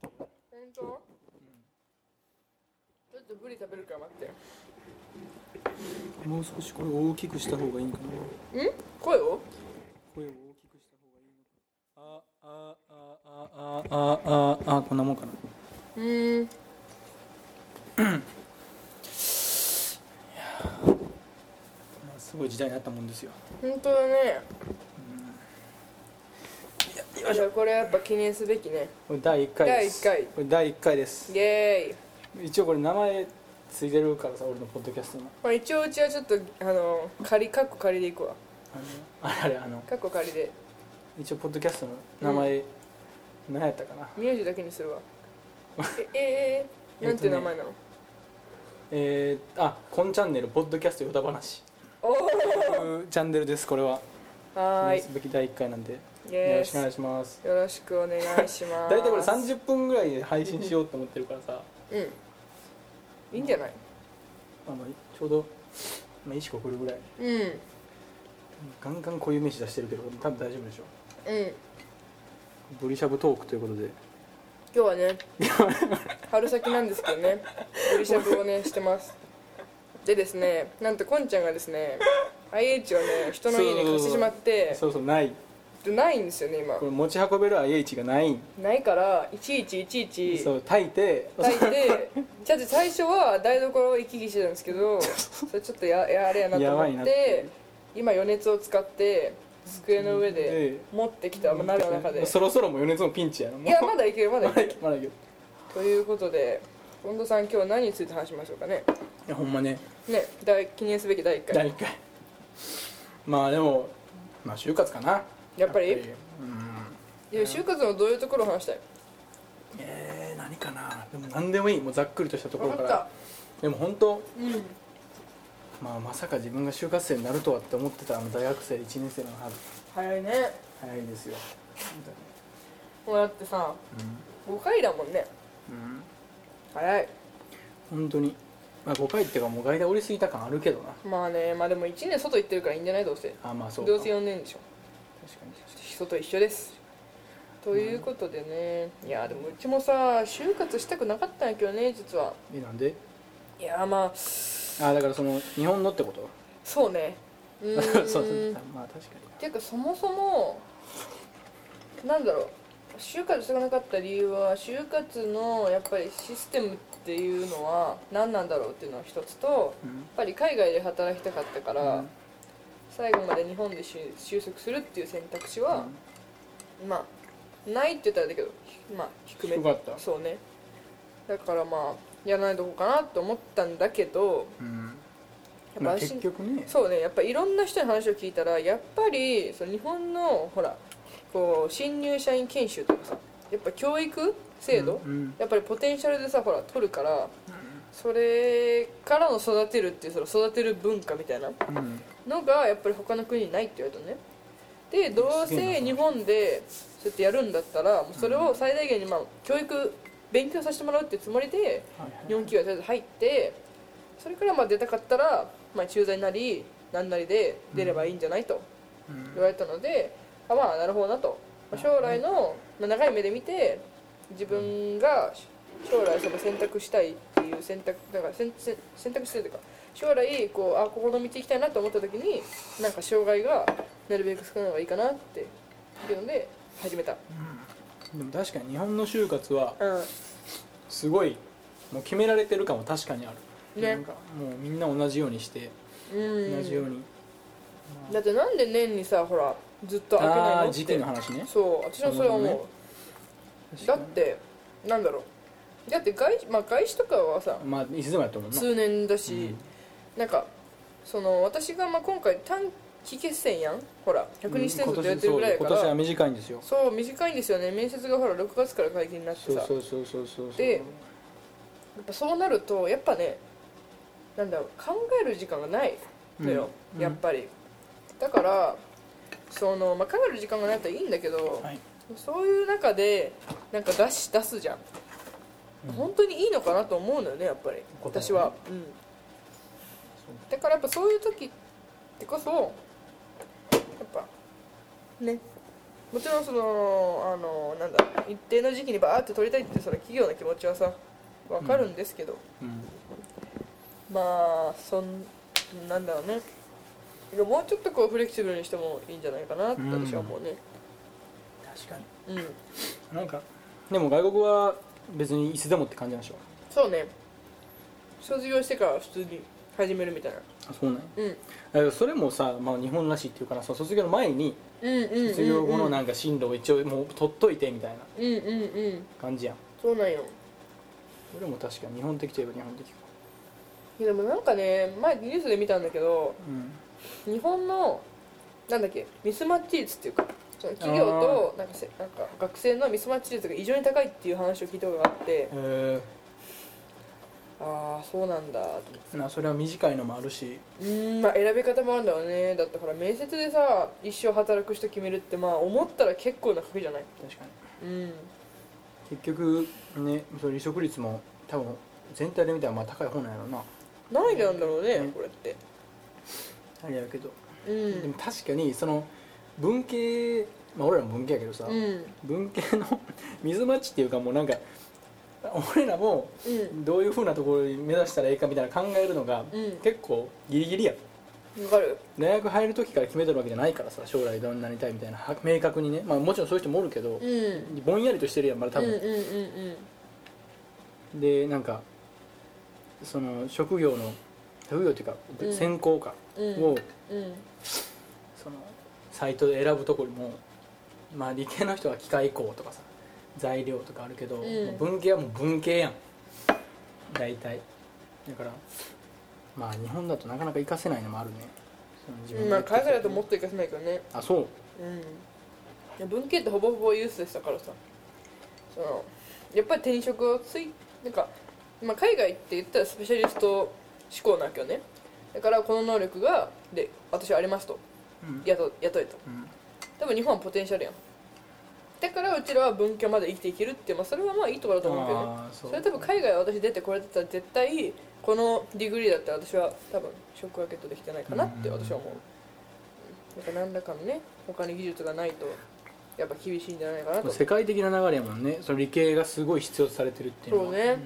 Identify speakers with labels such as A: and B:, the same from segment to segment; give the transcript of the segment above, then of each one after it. A: 弁当、ちょっとブリ食べるから待って
B: もう少し声を大きくした方がいいかな
A: 声を
B: 声を大きくした方がいいのかああああああああこんなもんかな
A: うーん
B: まあすごい時代になったもんですよ
A: 本当だねいやこれやっぱ記念すべきね
B: これ第1回です
A: 第一回
B: これ第1回です
A: イエーイ、
B: 一応これ名前ついてるからさ俺のポッドキャストの
A: まあ、一応うちはちょっとあの仮カッコ仮でいくわ
B: あのあれあれあの
A: カッコ仮で
B: 一応ポッドキャストの名前、何やったかな
A: 名字だけにす るわえええー、なんて名前なの、
B: えー、あこんチャンネルポッドキャストヨタ話
A: おお
B: うんチャンネルですこれは
A: はー
B: 記念すべき第1回なんでよ
A: いイエ
B: ろ
A: ー
B: しくお
A: ス
B: 願いします
A: よろしくお願いします
B: 大体これ30分ぐらいで配信しようと思ってるからさ、
A: うんいいんじゃない
B: あのちょうど、まあ、意識送るぐらい
A: うんうん
B: ガンガンこういう飯出してるけど多分大丈夫でしょブリシャブトークということで
A: 今日はね春先なんですけどねブリしゃぶをねしてますでですねなんとこんちゃんがですね IH をね人の家に貸してしまって
B: そうそうない
A: でないんですよね
B: こ
A: 今
B: れ持ち運べる IH がない
A: ないからいちいちいちいち
B: そう炊いて
A: 炊いてじゃあ最初は台所を行き来してたんですけどそれちょっとややあれやなと
B: やばい
A: 思
B: な
A: っ
B: ってて
A: 今余熱を使って机の上で
B: で
A: 持ってきた鍋の中で
B: そろそろもう余熱のピンチやなもう
A: いやまだいけるまだいける
B: まだいけど
A: ということで近藤さん今日は何について話しましょうかね
B: いやほんまね
A: ね第記念すべき第1回
B: 第1回まあでもまあ就活かな
A: やっぱり
B: うん
A: いや就活のどういうところを話したい
B: えー、何かなでも何でもいいもうざっくりとしたとこ
A: 分
B: ろか
A: かった
B: らでも本当
A: うん
B: まあまさか自分が就活生になるとはって思ってたあの大学生1年生の春
A: 早いね
B: 早いですよ
A: もうだってさ5回だもんね
B: うん、うん、
A: 早い
B: 本当にまあ5回っていうかもう外で降りすぎた感あるけどな
A: まあねまあでも1年外行ってるからいいんじゃないどうせ
B: あまあそうか
A: どうせ4年でしょ
B: 確かに
A: 人と一緒ですということでね、いやでもうちもさ就活したくなかったんやけどね実は
B: えなんで
A: いやまあ
B: あだからその日本のってこと
A: そうねうー
B: そ
A: ん
B: うそうまあ確かに
A: ていうかそもそもなんだろう就活したくなかった理由は就活のやっぱりシステムっていうのは何なんだろうっていうのは一つとやっ
B: うん
A: ぱり海外で働きたかったから、
B: うん
A: 最後まで日本で就就職するっていう選択肢は、まあないって言ったらだけどひまあ低め
B: 低かった
A: そうねだからまあやらないとこかなと思ったんだけど
B: うん
A: やっ
B: ま
A: ぱ
B: あ
A: 足
B: 結局ね
A: そうねやっぱいろんな人に話を聞いたらやっぱりその日本のほらこう新入社員研修とかさやっぱ教育制度、
B: うんうん
A: やっぱりポテンシャルでさほら取るからそれからの育てるっていうその育てる文化みたいな
B: うん
A: のがやっぱり他の国にないって言われたのねでどう
B: すげ
A: せ
B: えな
A: 日本でそうやってやるんだったらもうそれを最大限にまあ教育勉強させてもらうっていうつもりで
B: はい
A: 日本企業にとりあえず入ってそれからまあ出たかったら、まあ、駐在なり何なりで出ればいいんじゃないと
B: うん
A: 言われたので、あまあなるほどなと、まあ将来の、まあ、長い目で見て自分が将来その選択したいっていう選択だから選選選択してるというか将来こうあここの道行きたいなと思った時になんか障害がなるべく少ない方がいいかなっていうので始めた、
B: でも確かに日本の就活は
A: うん、
B: すごいもう決められてる感は確かにある、
A: ね
B: なんかもうみんな同じようにして、
A: うん
B: 同じように
A: だってなんで年にさほらずっと開けないのっ
B: ああ
A: て
B: ー時期の話ね
A: そう私もそれは思う、
B: なるほ
A: だってなんだろうだって外,、まあ、外資とかはさ
B: まあいつでもやったもんな
A: 通年だし、なんかその私がまあ今回短期決戦やんほら100日戦争ってやってるぐらいや
B: 今年そう
A: か
B: 今年
A: ら、
B: は短いんですよ
A: そう短いんですよね面接がほら6月から解禁になってさ
B: そうそうそうそうそうそう
A: でやっぱそうなるとやっぱねなんだろう考える時間がないのよ、
B: うん
A: やっぱり、だからその、まあ、考える時間がないといいんだけど、
B: はい
A: そういう中でなんか出し出すじゃん、
B: うん
A: 本当にいいのかなと思うのよねやっぱり
B: 答えはね
A: 私は、うん、だからやっぱそういう時ってこそやっぱねもちろんそのあのなんだ一定の時期にバーって取りたいってその企業の気持ちはさわかるんですけど、
B: うん
A: まあそんなんだろうねいやもうちょっとこうフレキシブルにしてもいいんじゃないかなって私は思うね
B: 確かに
A: うん、
B: なんかでも外国は別にいつでもって感じなんでしょ
A: そうね卒業してから普通に始めるみたいな
B: あそうなんや
A: うん
B: だけどそれもさ、まあ、日本らしいっていうかなその卒業の前に
A: うんうんうんうん
B: 卒業後のなんか進路を一応もう取っといてみたいな
A: うんうんうん
B: 感じやん
A: そうなんよ
B: それも確かに日本的といえば日本的か
A: いやでもなんかね前ニュースで見たんだけど
B: うん
A: 日本のなんだっけミスマッチ率っていうかその企業となんかせなんか学生のミスマッチ率が異常に高いっていう話を聞いたことがあって
B: え
A: ああそうなんだと思って
B: ー、なそれは短いのもあるし
A: うーんまあ選び方もあるんだろうねだってほら面接でさ一生働く人決めるってまあ思ったら結構な賭けじゃない
B: 確かに
A: うん
B: 結局ねその離職率も多分全体で見たらまあ高い方なんやろな
A: 何でなんだろうね、
B: うん
A: これって
B: あれやけど、
A: う
B: でも
A: ん
B: 確かにその文系まあ俺らも文系やけどさ、
A: うんうん
B: 文系の 水マッチっていうかもうなんか俺らもどういうふうなところに目指したらいいかみたいな考えるのが
A: うん
B: 結構ギリギリや
A: わかる
B: 大学入る時から決めてるわけじゃないからさ将来どんなにたいみたいなは明確にね、まあ、もちろんそういう人もおるけど
A: うんうん
B: ぼんやりとしてるやんまだ多
A: うん
B: 分、
A: うん
B: でなんかその職業の職業っていうか
A: うん
B: 専攻か
A: うんうん
B: を、
A: うん
B: そのサイトで選ぶところもまあ理系の人は機械工とかさ材料とかあるけど、
A: うん
B: もう文系はもう文系やん大体だからまあ日本だとなかなか活かせないのもあるねその自
A: う
B: で
A: んまあ海外だともっといかせないけどね
B: あそう
A: うんいや文系ってほぼほぼユースでしたからさそのやっぱり転職をついなんか、まあ、海外って言ったらスペシャリスト志向なわけよねだからこの能力がで私はありますと
B: うん
A: 雇雇えと
B: うん
A: でも日本はポテンシャルやんだからうちらは文系まで生きていけるって、まあ、それはまあいいところだと思うけどね
B: あーそ
A: そうれ多分海外私出てこれてたら絶対このディグリーだったら私は多分職はゲットできてないかなって私は思うだから何らかのね他に技術がないとやっぱ厳しいんじゃないかなと
B: 世界的な流れやもんねその理系がすごい必要とされてるっていうのは
A: そうね
B: ん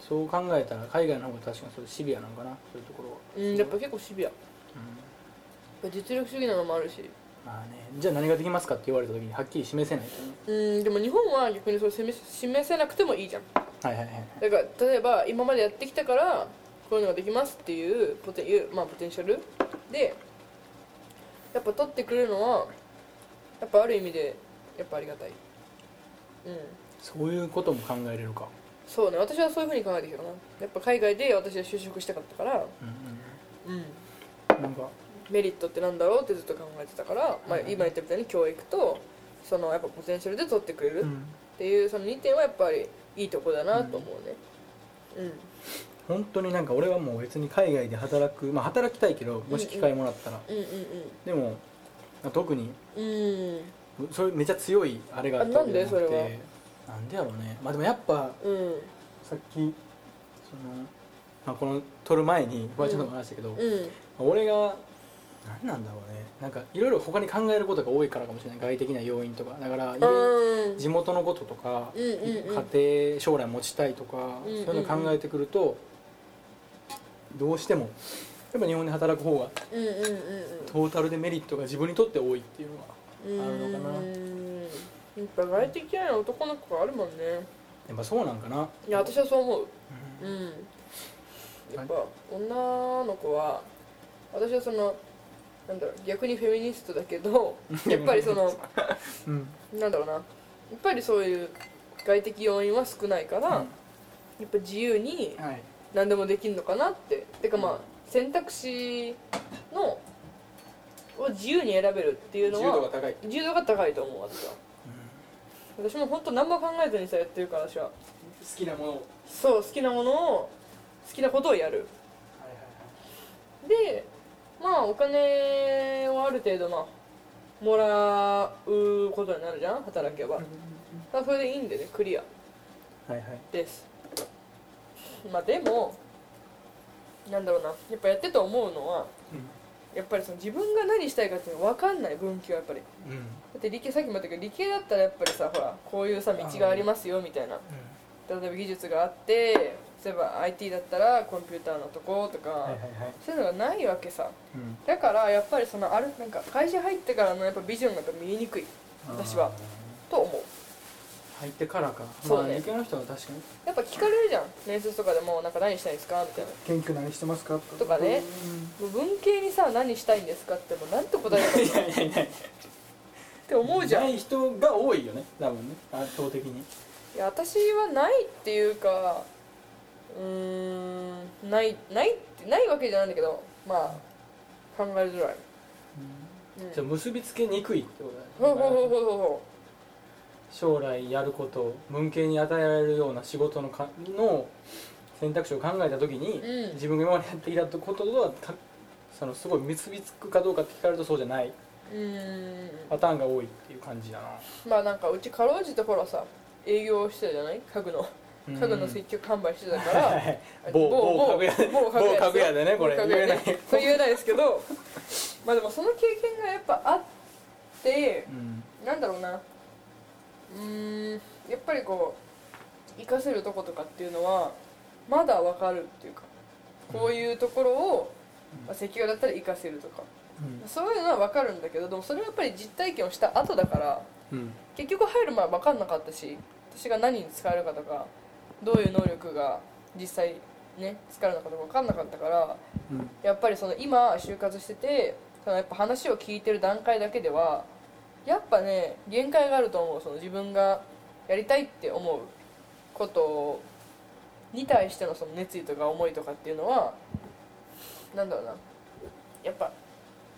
B: そう考えたら海外の方が確かにそれシビアなのかなそういうところは
A: うんやっぱ結構シビア
B: うん
A: 実力主義なのもあるし
B: まあねじゃあ何ができますかって言われた時にはっきり示せないとね
A: うんでも日本は逆にそれ示せ示せなくてもいいじゃん
B: はいはいはい
A: だから例えば今までやってきたからこういうのができますっていうポテ,いう、まあ、ポテンシャルでやっぱ取ってくれるのはやっぱある意味でやっぱありがたいうん
B: そういうことも考えれるか、
A: そうね私はそういうふうに考えてきたかなやっぱ海外で私は就職したかったから、
B: うん
A: うん、
B: うん、なんか
A: メリットってなんだろうってずっと考えてたから、まあ、
B: うんうん
A: 今言ったみたいに教育とそのやっぱポテンシャルで取ってくれる
B: う
A: っ
B: ん
A: ていうその2点はやっぱりいいとこだなと思うねうん
B: 本当になんか俺はもう別に海外で働くまあ働きたいけどもし機会もらったら、
A: うんうん
B: でもまあ特に
A: うんうん
B: それめちゃ強いあれがあったわけじゃなく
A: あなんでそ
B: てなんでやろうねまあでもやっぱ
A: うん
B: さっきその、まあ、この撮る前にフワちゃんとも話したけど、
A: うん
B: 俺が何なんだろうねなんかいろいろ他に考えることが多いからかもしれない外的な要因とかだからいろいろ
A: うん
B: 地元のこととか、
A: うんうんうん
B: 家庭将来持ちたいとか、
A: うんうんうん
B: そういうの考えてくるとどうしてもやっぱ日本で働く方が
A: うんうんうん
B: トータルでメリットが自分にとって多いっていうのは
A: う
B: あ
A: ん
B: るのかな
A: うんやっぱ外的嫌いな男の子があるもんね
B: やっぱそうなんかな、
A: いや私はそう思う
B: う
A: うんやっぱ女の子は私はそのなんだろう逆にフェミニストだけど やっぱりその
B: ん
A: なんだろうなやっぱりそういう外的要因は少ないから、
B: うん
A: やっぱ自由に
B: はい、
A: 何でもできるのかなっててかまあ選択肢のを自由に選べるっていうの
B: 自
A: は
B: 由度が高い、
A: 自由度が高いと思う私は私も本当何も考えずにさやってるから私は
B: 好きなものを、
A: そう好きなものを好きなことをやる
B: はいはいはい
A: でまあお金をある程度まあもらうことになるじゃん働けば、だからそれでいいんでねクリア
B: はいはい
A: ですまあでもなんだろうなやっぱやってて思うのはやっぱりその自分が何したいかっていうの分かんない分岐はやっぱりだ
B: うんうん
A: って理系さっきも言ったけど理系だったらやっぱりさほらこういうさ道がありますよみたいな例えば技術があって例えば IT だったらコンピューターのとことか、
B: はいはいはい
A: そういうのがないわけさ
B: うん
A: だからやっぱりそのあるなんか会社入ってからのやっぱビジョンがやっぱ見えにくい私は
B: あー
A: と思う
B: 入ってからか
A: そう
B: まあ
A: ね
B: 理系の人は確かに
A: やっぱ聞かれるじゃん面接とかでもなんか何したいんですかみたいな
B: 研究何してますか
A: とかねもう文系にさ何したいんですかってもう何て答えるか
B: うんいやい
A: っ
B: やいや
A: て思うじゃん
B: ないい人が多いよね多分ね圧倒的に
A: や私はないっていうかうーんないないってないわけじゃないんだけどまあ考えづらい、うん、
B: じゃあ結びつけにくいってことだ
A: ほう
B: ね
A: ほうほうほうほうほ
B: 将来やることを文系に与えられるような仕事のかの選択肢を考えた時に、
A: うん
B: 自分が今までやってきたこととはかそのすごい結びつくかどうかって聞かれるとそうじゃないう
A: うーん
B: パターンが多いっていう感じだな
A: まあなんかうちかろうじてほらさ営業してたじゃない家具の家具の接客販売してたか
B: は
A: ら
B: い 某某家具屋で
A: 某
B: 某家具屋で
A: で
B: ねこれ
A: 某
B: 言
A: 家具屋
B: え
A: で
B: ない
A: そう言えないですけどまあでもその経験がやっぱあって
B: うん
A: なんだろうなうーんやっぱりこう活かせるとことかっていうのはまだわかるっていうかこういうところを、まあ、石油だったら活かせるとかそういうのはわかるんだけどでもそれはやっぱり実体験をした後だから
B: うん
A: 結局入る前は分かんなかったし私が何に使えるかとかどういう能力が実際ね使えるのかとか分かんなかったから
B: うん
A: やっぱりその今就活しててそのやっぱ話を聞いてる段階だけではやっぱね限界があると思うその自分がやりたいって思うことに対してのその熱意とか思いとかっていうのはなんだろうなやっぱ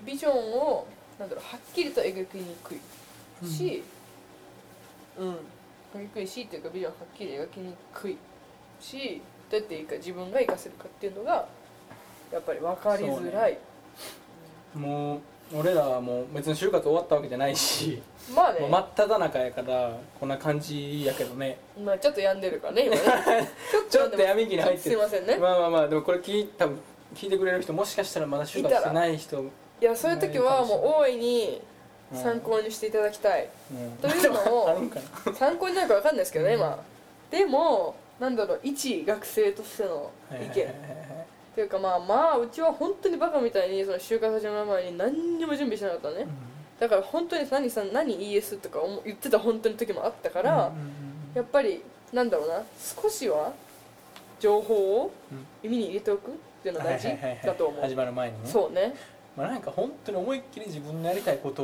A: ビジョンをなんだろうはっきりと描きにくいし、うん描きにくいしっていうかビジョンをはっきり描きにくいしどうやっていいか自分が生かせるかっていうのがやっぱり分かりづらい、
B: もう俺らはもう別に就活終わったわけじゃないし、
A: まあね
B: もう真っ只中やからこんな感じやけどね
A: まあちょっと病んでるからね今ね
B: ちょっと闇気に入って
A: すい
B: る
A: ませんね
B: まあまあまあでもこれ聞い多分聞いてくれる人もしかしたらまだ就活してない人も
A: いやそういう時はもう大いに参考にしていただきたい、というの
B: ある
A: も
B: んかな
A: 参考になるか分かんないですけどね今でもなんだろう一学生としての意見、というかまあまあうちは本当にバカみたいにその就活始まる前に何にも準備しなかったのね、だから本当に何さ何 ES とか思言ってた本当に時もあったから、やっぱりなんだろうな少しは情報を
B: うん
A: 耳に入れておくっていうのは大事だと思う、
B: 始まる前にね
A: そうね
B: まあ、なんか本当に思いっきり自分のやりたいこと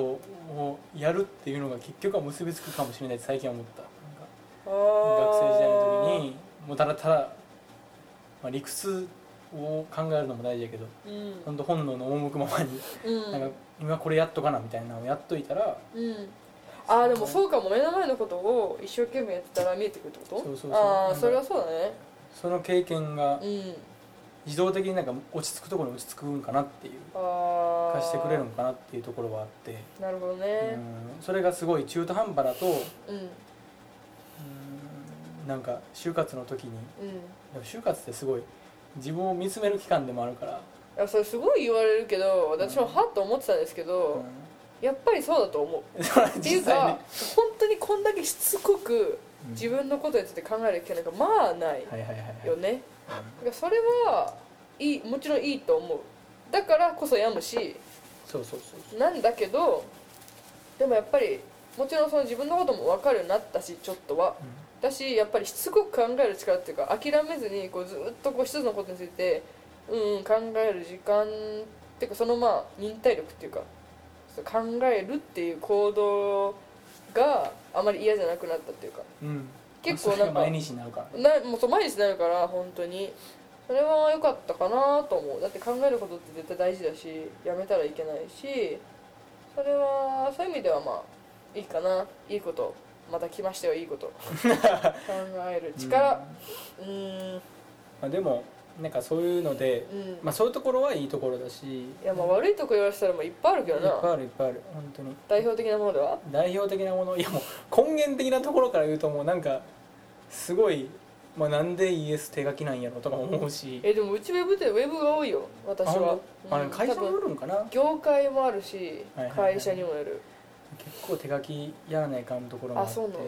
B: をやるっていうのが結局は結びつくかもしれないって最近は思ったなんか
A: 学
B: 学生時代の時にもうただただ、まあ、理屈を考えるのも大事やけど
A: 時に
B: 本当本能の赴くままに、
A: うん、う
B: なん
A: ん
B: か今これやっとかなみたいなのをやっといたら
A: うんああでもそうかも目の前のことを一生懸命やってたら見えてくるってこと
B: そうそうそう
A: あ
B: なん
A: あ
B: か
A: それはそうだね
B: その経験が
A: うん
B: 自動的になんか落ち着くところに落ち着くんかなっていう
A: ああ
B: 貸してくれるのかなっていうところはあって、
A: なるほど
B: う
A: ね
B: んそれがすごい中途半端だと
A: うん
B: うんなんか就活の時に
A: うん
B: でも就活ってすごい自分を見つめる期間でもあるから、
A: いやそれすごい言われるけど私もはっと思ってたんですけど、やっぱりそうだと思う
B: うん、それは
A: っていう
B: 実
A: か、
B: 際ね
A: 本当にこんだけしつこく自分のことについて考える機会なんかま
B: はいは
A: あない
B: いはいはい
A: よね、だからそれはいいもちろんいいと思うだからこそ病むし
B: そうそうそう
A: なんだけどでもやっぱりもちろんその自分のことも分かるようになったしちょっとはだしやっぱりしつこく考える力っていうか諦めずにこうずっとこう一つのことについてうんうん考える時間っていうかそのまあ忍耐力っていうかそう考えるっていう行動があまり嫌じゃなくなったっていうか
B: うん、うん、
A: 結構
B: それが
A: なんか
B: 毎日になるからね
A: なもうそう毎日になるから本当にそれは良かったかなと思うだって考えることって絶対大事だしやめたらいけないしそれはそういう意味ではまあいいかないいことまた来ましたよいいこと 考える
B: うん
A: 力
B: ま
A: うーん
B: あ、でもなんかそういうので、
A: うん、
B: まあ、そういうところはいいところだし
A: いやまあ悪いとこ言われてたらもういっぱいあるけ
B: い
A: ど
B: っぱい
A: な
B: あるいっぱいある本当に
A: 代表的なものでは
B: 代表的なものいやもう根源的なところから言うともうなんかすごいまあ、なんで ES 手書きなんやろとかも思うし
A: えでもうちウェブでウェブが多いよ私は、
B: あ
A: う
B: の
A: ん
B: 会社
A: 多
B: に
A: 分
B: よるんかな
A: 業界もあるし、
B: はいはいはい
A: 会社にもよる
B: 結構手書きやらないかんところもあ
A: あ
B: って
A: そうなのね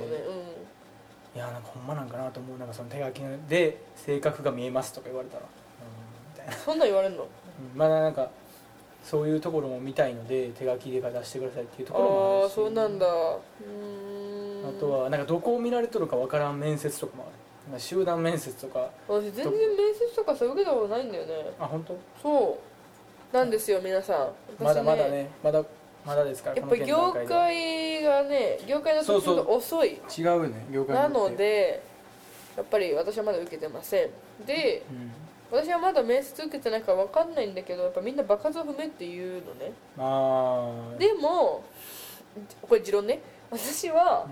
B: いやなんかほんまなんかなと思うなんかその手書きで性格が見えますとか言われたら、うんみたいな
A: うんそんなん言われるの
B: うんまだなんかそういうところも見たいので手書きで出してくださいっていうところもあ
A: ああ
B: るし
A: そうなんだうーん
B: あとはなんかどこを見られとるかわからん面接とかもあるなんか集団面接とか
A: 私全然面接とかさ受けたことないんだよね
B: あ本当
A: そうなんですよ皆さん私
B: まだまだねまだまだですから
A: やっぱり業
B: この現段階では
A: 界がね業界の途中が遅い
B: 違うね業界
A: な
B: によって
A: のでやっぱり私はまだ受けてませんで
B: うん
A: 私はまだ面接受けてないから分かんないんだけどやっぱみんな場数を踏めっていうのね
B: ああ
A: でもこれ持論ね私は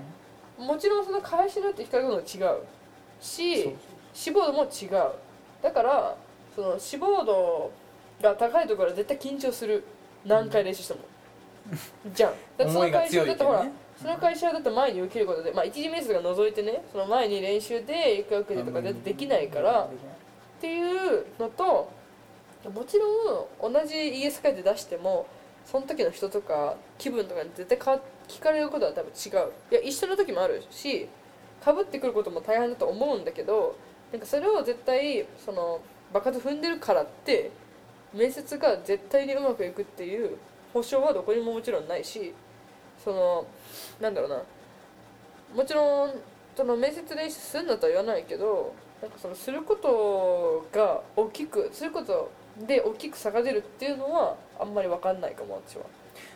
A: もちろんその会社によって比較の違う
B: そう
A: し志望度も違うだからその志望度が高いところは絶対緊張する何回練習しても、じゃんだってそ
B: 思
A: の
B: いが
A: 会社
B: 強い
A: だ
B: っ
A: ってて
B: ね
A: ほら、その会社はだって前に受けることで、まあ、一次面接が除いてねその前に練習で一回受けてとか絶対できないからっ
B: できない
A: ていうのともちろん同じ ES 会で出してもその時の人とか気分とかに絶対か聞かれることは多分違ういや一緒の時もあるしかぶってくることも大変だと思うんだけどなんかそれを絶対その場数踏んでるからって面接が絶対にうまくいくっていう保証はどこにももちろんないしそのなんだろうなもちろんその面接練習するんだとは言わないけどなんかそのすることが大きくすることで大きく差が出るっていうのはあんまり分かんないかも私は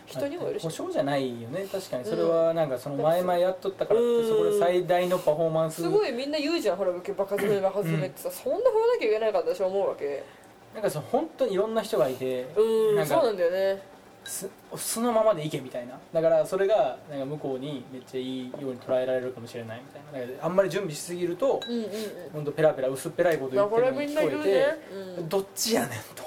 A: 人にもよるし
B: 保証じゃないよね確かにそれはなんかその前々やっとったからっ
A: う
B: て
A: ん
B: そこで最大のパフォーマンス
A: すごいみんな言うじゃんほら受けバカ詰めバカ詰めってさ、そんな振らなきゃいけないかって私は思うわけ
B: なんかその本当にいろんな人がいて
A: うーん
B: なんか
A: そうなんだよね
B: すそのままでいけみたいなだからそれがなんか向こうにめっちゃいいように捉えられるかもしれないみたいなだからあんまり準備しすぎると
A: うんうんうん
B: 本当ペラペラ薄っぺらいこと言
A: まあ
B: って
A: こ
B: る
A: れ
B: よう
A: み
B: に
A: んな
B: 聞
A: 言う
B: こ
A: ね
B: えてどっちやねんと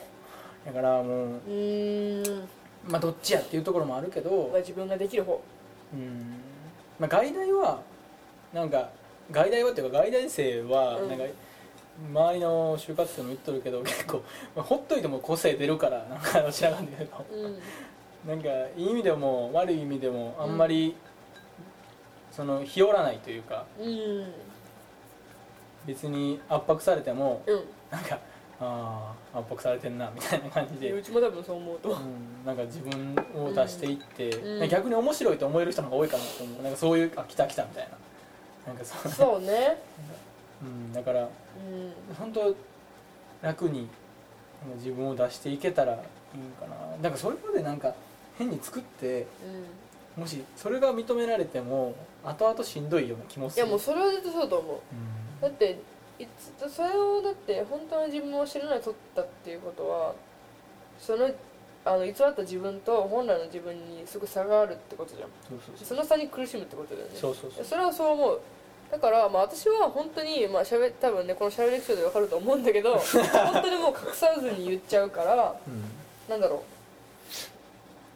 B: だからもう
A: うんうーん
B: まあどっちやっていうところもあるけど
A: まあ自分ができる方
B: うんまあ、外大はなんか外大はっていうか外大生は
A: うん
B: なんか、周りの就活生も言っとるけど結構、まあ、ほっといても個性出るからなんか知らなんだけど
A: うん
B: なんかいい意味でも悪い意味でもあんまり、その日和らないというか
A: うん
B: 別に圧迫されても
A: うん
B: なんかああ圧迫されてんなみたいな感じで、
A: うちも多分そう思う と
B: うんなんか自分を出していって、
A: うん
B: なんか逆に面白いと思える人の方が多いかなと思うなんかそういうあ来た来たみたいななんかそう
A: そうね
B: うん、だから
A: うん
B: 本当楽にあの自分を出していけたらいいんかなだからそれまでなんか変に作って
A: うん
B: もしそれが認められても後々しんどいような気も
A: い
B: する
A: やもうそれは絶対そうと思う
B: うん
A: だっていつそれをだって本当の自分を知らないとったっていうことはそのあの偽った自分と本来の自分にすごい差があるってことじゃん
B: そうそうそう
A: その差に苦しむってことだよね
B: そうそうそう
A: それはそう思うだから、まあ、私は本当に、まあ、しゃべ多分ねこのしゃべり口調でわかると思うんだけ ど本当にもう隠さずに言っちゃうからなんだろ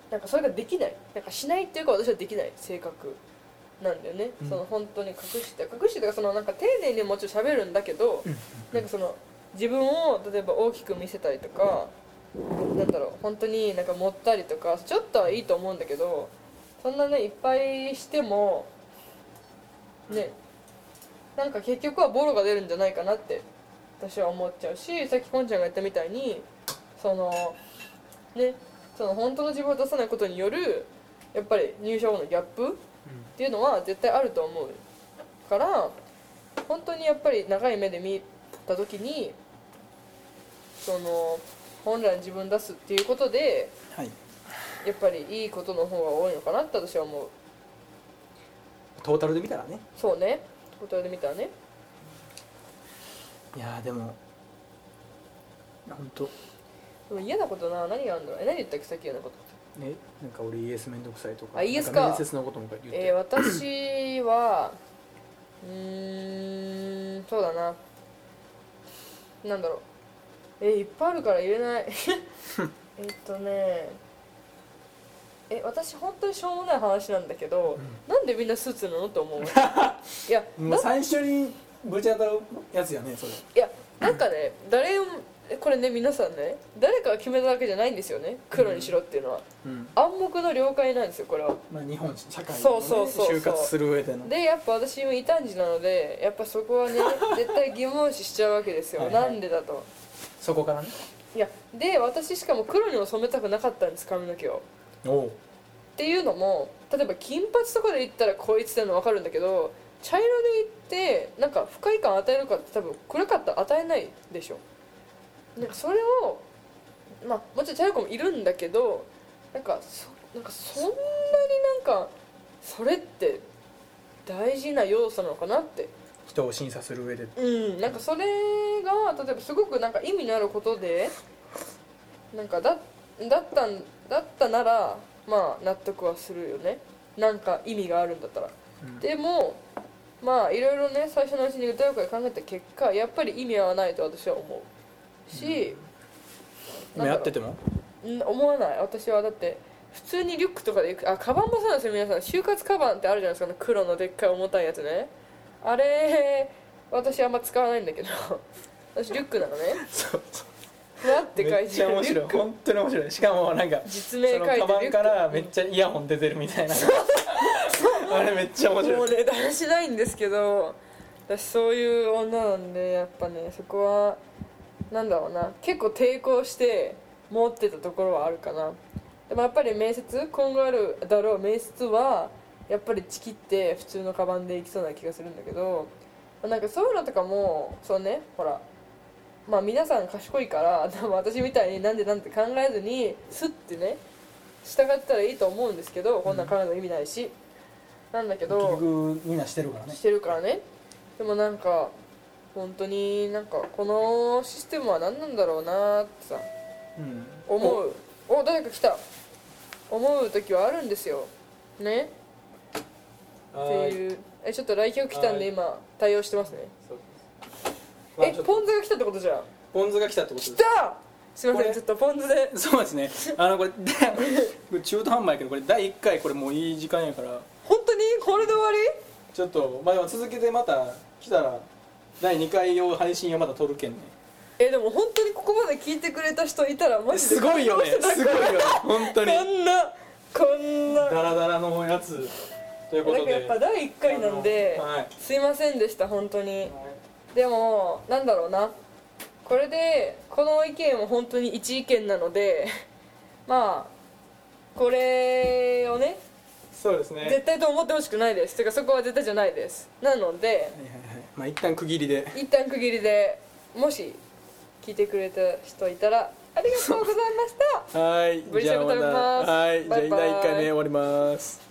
A: うなんかそれができないなんかしないっていうか私はできない性格なんだよね、
B: うん
A: その本当に隠して隠してとかそのなんか丁寧にもちろん喋るんだけど、
B: うん
A: なんかその自分を例えば大きく見せたりとか、なんだろう本当になんか盛ったりとかちょっとはいいと思うんだけどそんなねいっぱいしてもねなんか結局はボロが出るんじゃないかなって私は思っちゃうしさっきこんちゃんが言ったみたいにそのねその本当の自分を出さないことによるやっぱり入社後のギャップっていうのは絶対あると思うから本当にやっぱり長い目で見た時にその本来の自分出すっていうことで
B: はい
A: やっぱりいいことの方が多いのかなって私は思う
B: トータルで見たらね
A: そうね答えで見たらね
B: いやーでも本当
A: でも嫌なことな何があるんだろうえ何言ったっけさっき嫌なこと
B: ねなんか俺 ES めんどくさいとか
A: あ ES か
B: なん面接のことも言って、
A: えー私はうーんそうだななんだろうえーいっぱいあるから言 えないえっとねえ私本当にしょう もない話なんだけど、なんでみんなスーツなのと思ういや
B: もう
A: だ
B: 最初にぶち当たるやつやねそれ
A: いやなんかね誰もこれね皆さんね誰かが決めたわけじゃないんですよね黒にしろっていうのは、
B: うん
A: 暗黙の了解なんですよこれは
B: まあ日本社会
A: そうそうそうそう
B: 就活する上での
A: でやっぱ私も異端児なのでやっぱそこ はね絶対疑問視しちゃうわけですよ
B: はいはい
A: なんでだと
B: そこからね
A: いやで私しかも黒にも染めたくなかったんです髪の毛を
B: おお
A: っていうのも例えば金髪とかで言ったらこいつっての分かるんだけど茶色で言ってなんか不快感与えるかって多分暗かったら与えないでしょなんかそれをまあもちろん茶色い子もいるんだけどなんかそなんかそんなになんかそれって大事な要素なのかなって
B: 人を審査する上で
A: うんなんかそれが例えばすごくなんか意味のあることでなんかだだったんだったならまあ納得はするよねなんか意味があるんだったら
B: うん
A: でもまあいろいろね最初のうちに歌謡会考えた結果やっぱり意味はないと私は思うし、
B: 今やってても
A: ん思わない私はだって普通にリュックとかで行くあカバンもそうなんですよ皆さん就活カバンってあるじゃないですかあの黒のでっかい重たいやつねあれ私あんま使わないんだけど 私リュックなのね
B: そうそう
A: ふわって書
B: め
A: い
B: っち
A: て
B: ゃ
A: る
B: 面
A: リ
B: 白
A: ュ
B: い
A: ック
B: 本当に面白いしかもなんか
A: 実名書い
B: そ
A: て
B: の
A: リュ
B: カ
A: ック
B: バンからめっちゃイヤホン出てるみたいなあれめっちゃ面
A: も
B: 白
A: う
B: い
A: ねだらしないんですけど私そういう女なんでやっぱねそこはなんだろうな結構抵抗して持ってたところはあるかなでもやっぱり面接今後あるだろう面接はやっぱりチキって普通のカバンでいきそうな気がするんだけどなんかそういうのとかもそうねほらまあ皆さん賢いから でも私みたいになんでなんて考えずにスッてね従ったらいいと思うんですけどこんなん考えるの意味ないし、なんだけど
B: 結局みんなしてるからね
A: してるからねでもなんか本当になんかこのシステムは何なんだろうなってさ
B: うん
A: 思うお誰か来た思う時はあるんですよねって
B: う
A: いうえちょっと来客来たん
B: は
A: で
B: い
A: 今対応してますねえ
B: え
A: ポン酢が来たってことじゃん
B: ポン酢が来たってことです
A: 来たすいま
B: こ
A: せん
B: れ
A: ちょっとポン酢で
B: そうですねあのこれこれ 中途半端やけどこれ第1回これもういい時間やから
A: 本当にこれで終わり
B: ちょっとまあでも続けてまた来たら第2回用配信をまた撮るけんね
A: えでも本当にここまで聞いてくれた人いたらマジです
B: ごいよねすごいよね本当
A: こ
B: に
A: んなこんな
B: ダラダラのやつというこ
A: な
B: と
A: んか
B: で
A: やっぱ第1回なんで、
B: あのはい
A: すいませんでした本当に
B: はい
A: でもなんだろうなこれでこの意見も本当に一意見なので まあこれをね
B: そうですねはいはい
A: 絶対と思ってほしくないですていうかそこは絶対じゃないですなので
B: はいまあ一旦区切りで
A: 一旦区切りでもし聞いてくれた人いたらありがとうございました
B: はい
A: ブリ
B: じ
A: シャ
B: ゃ
A: ブ
B: あまた
A: 食べます
B: はいじゃあ
A: バイバ
B: 第
A: イ
B: 1回目終わります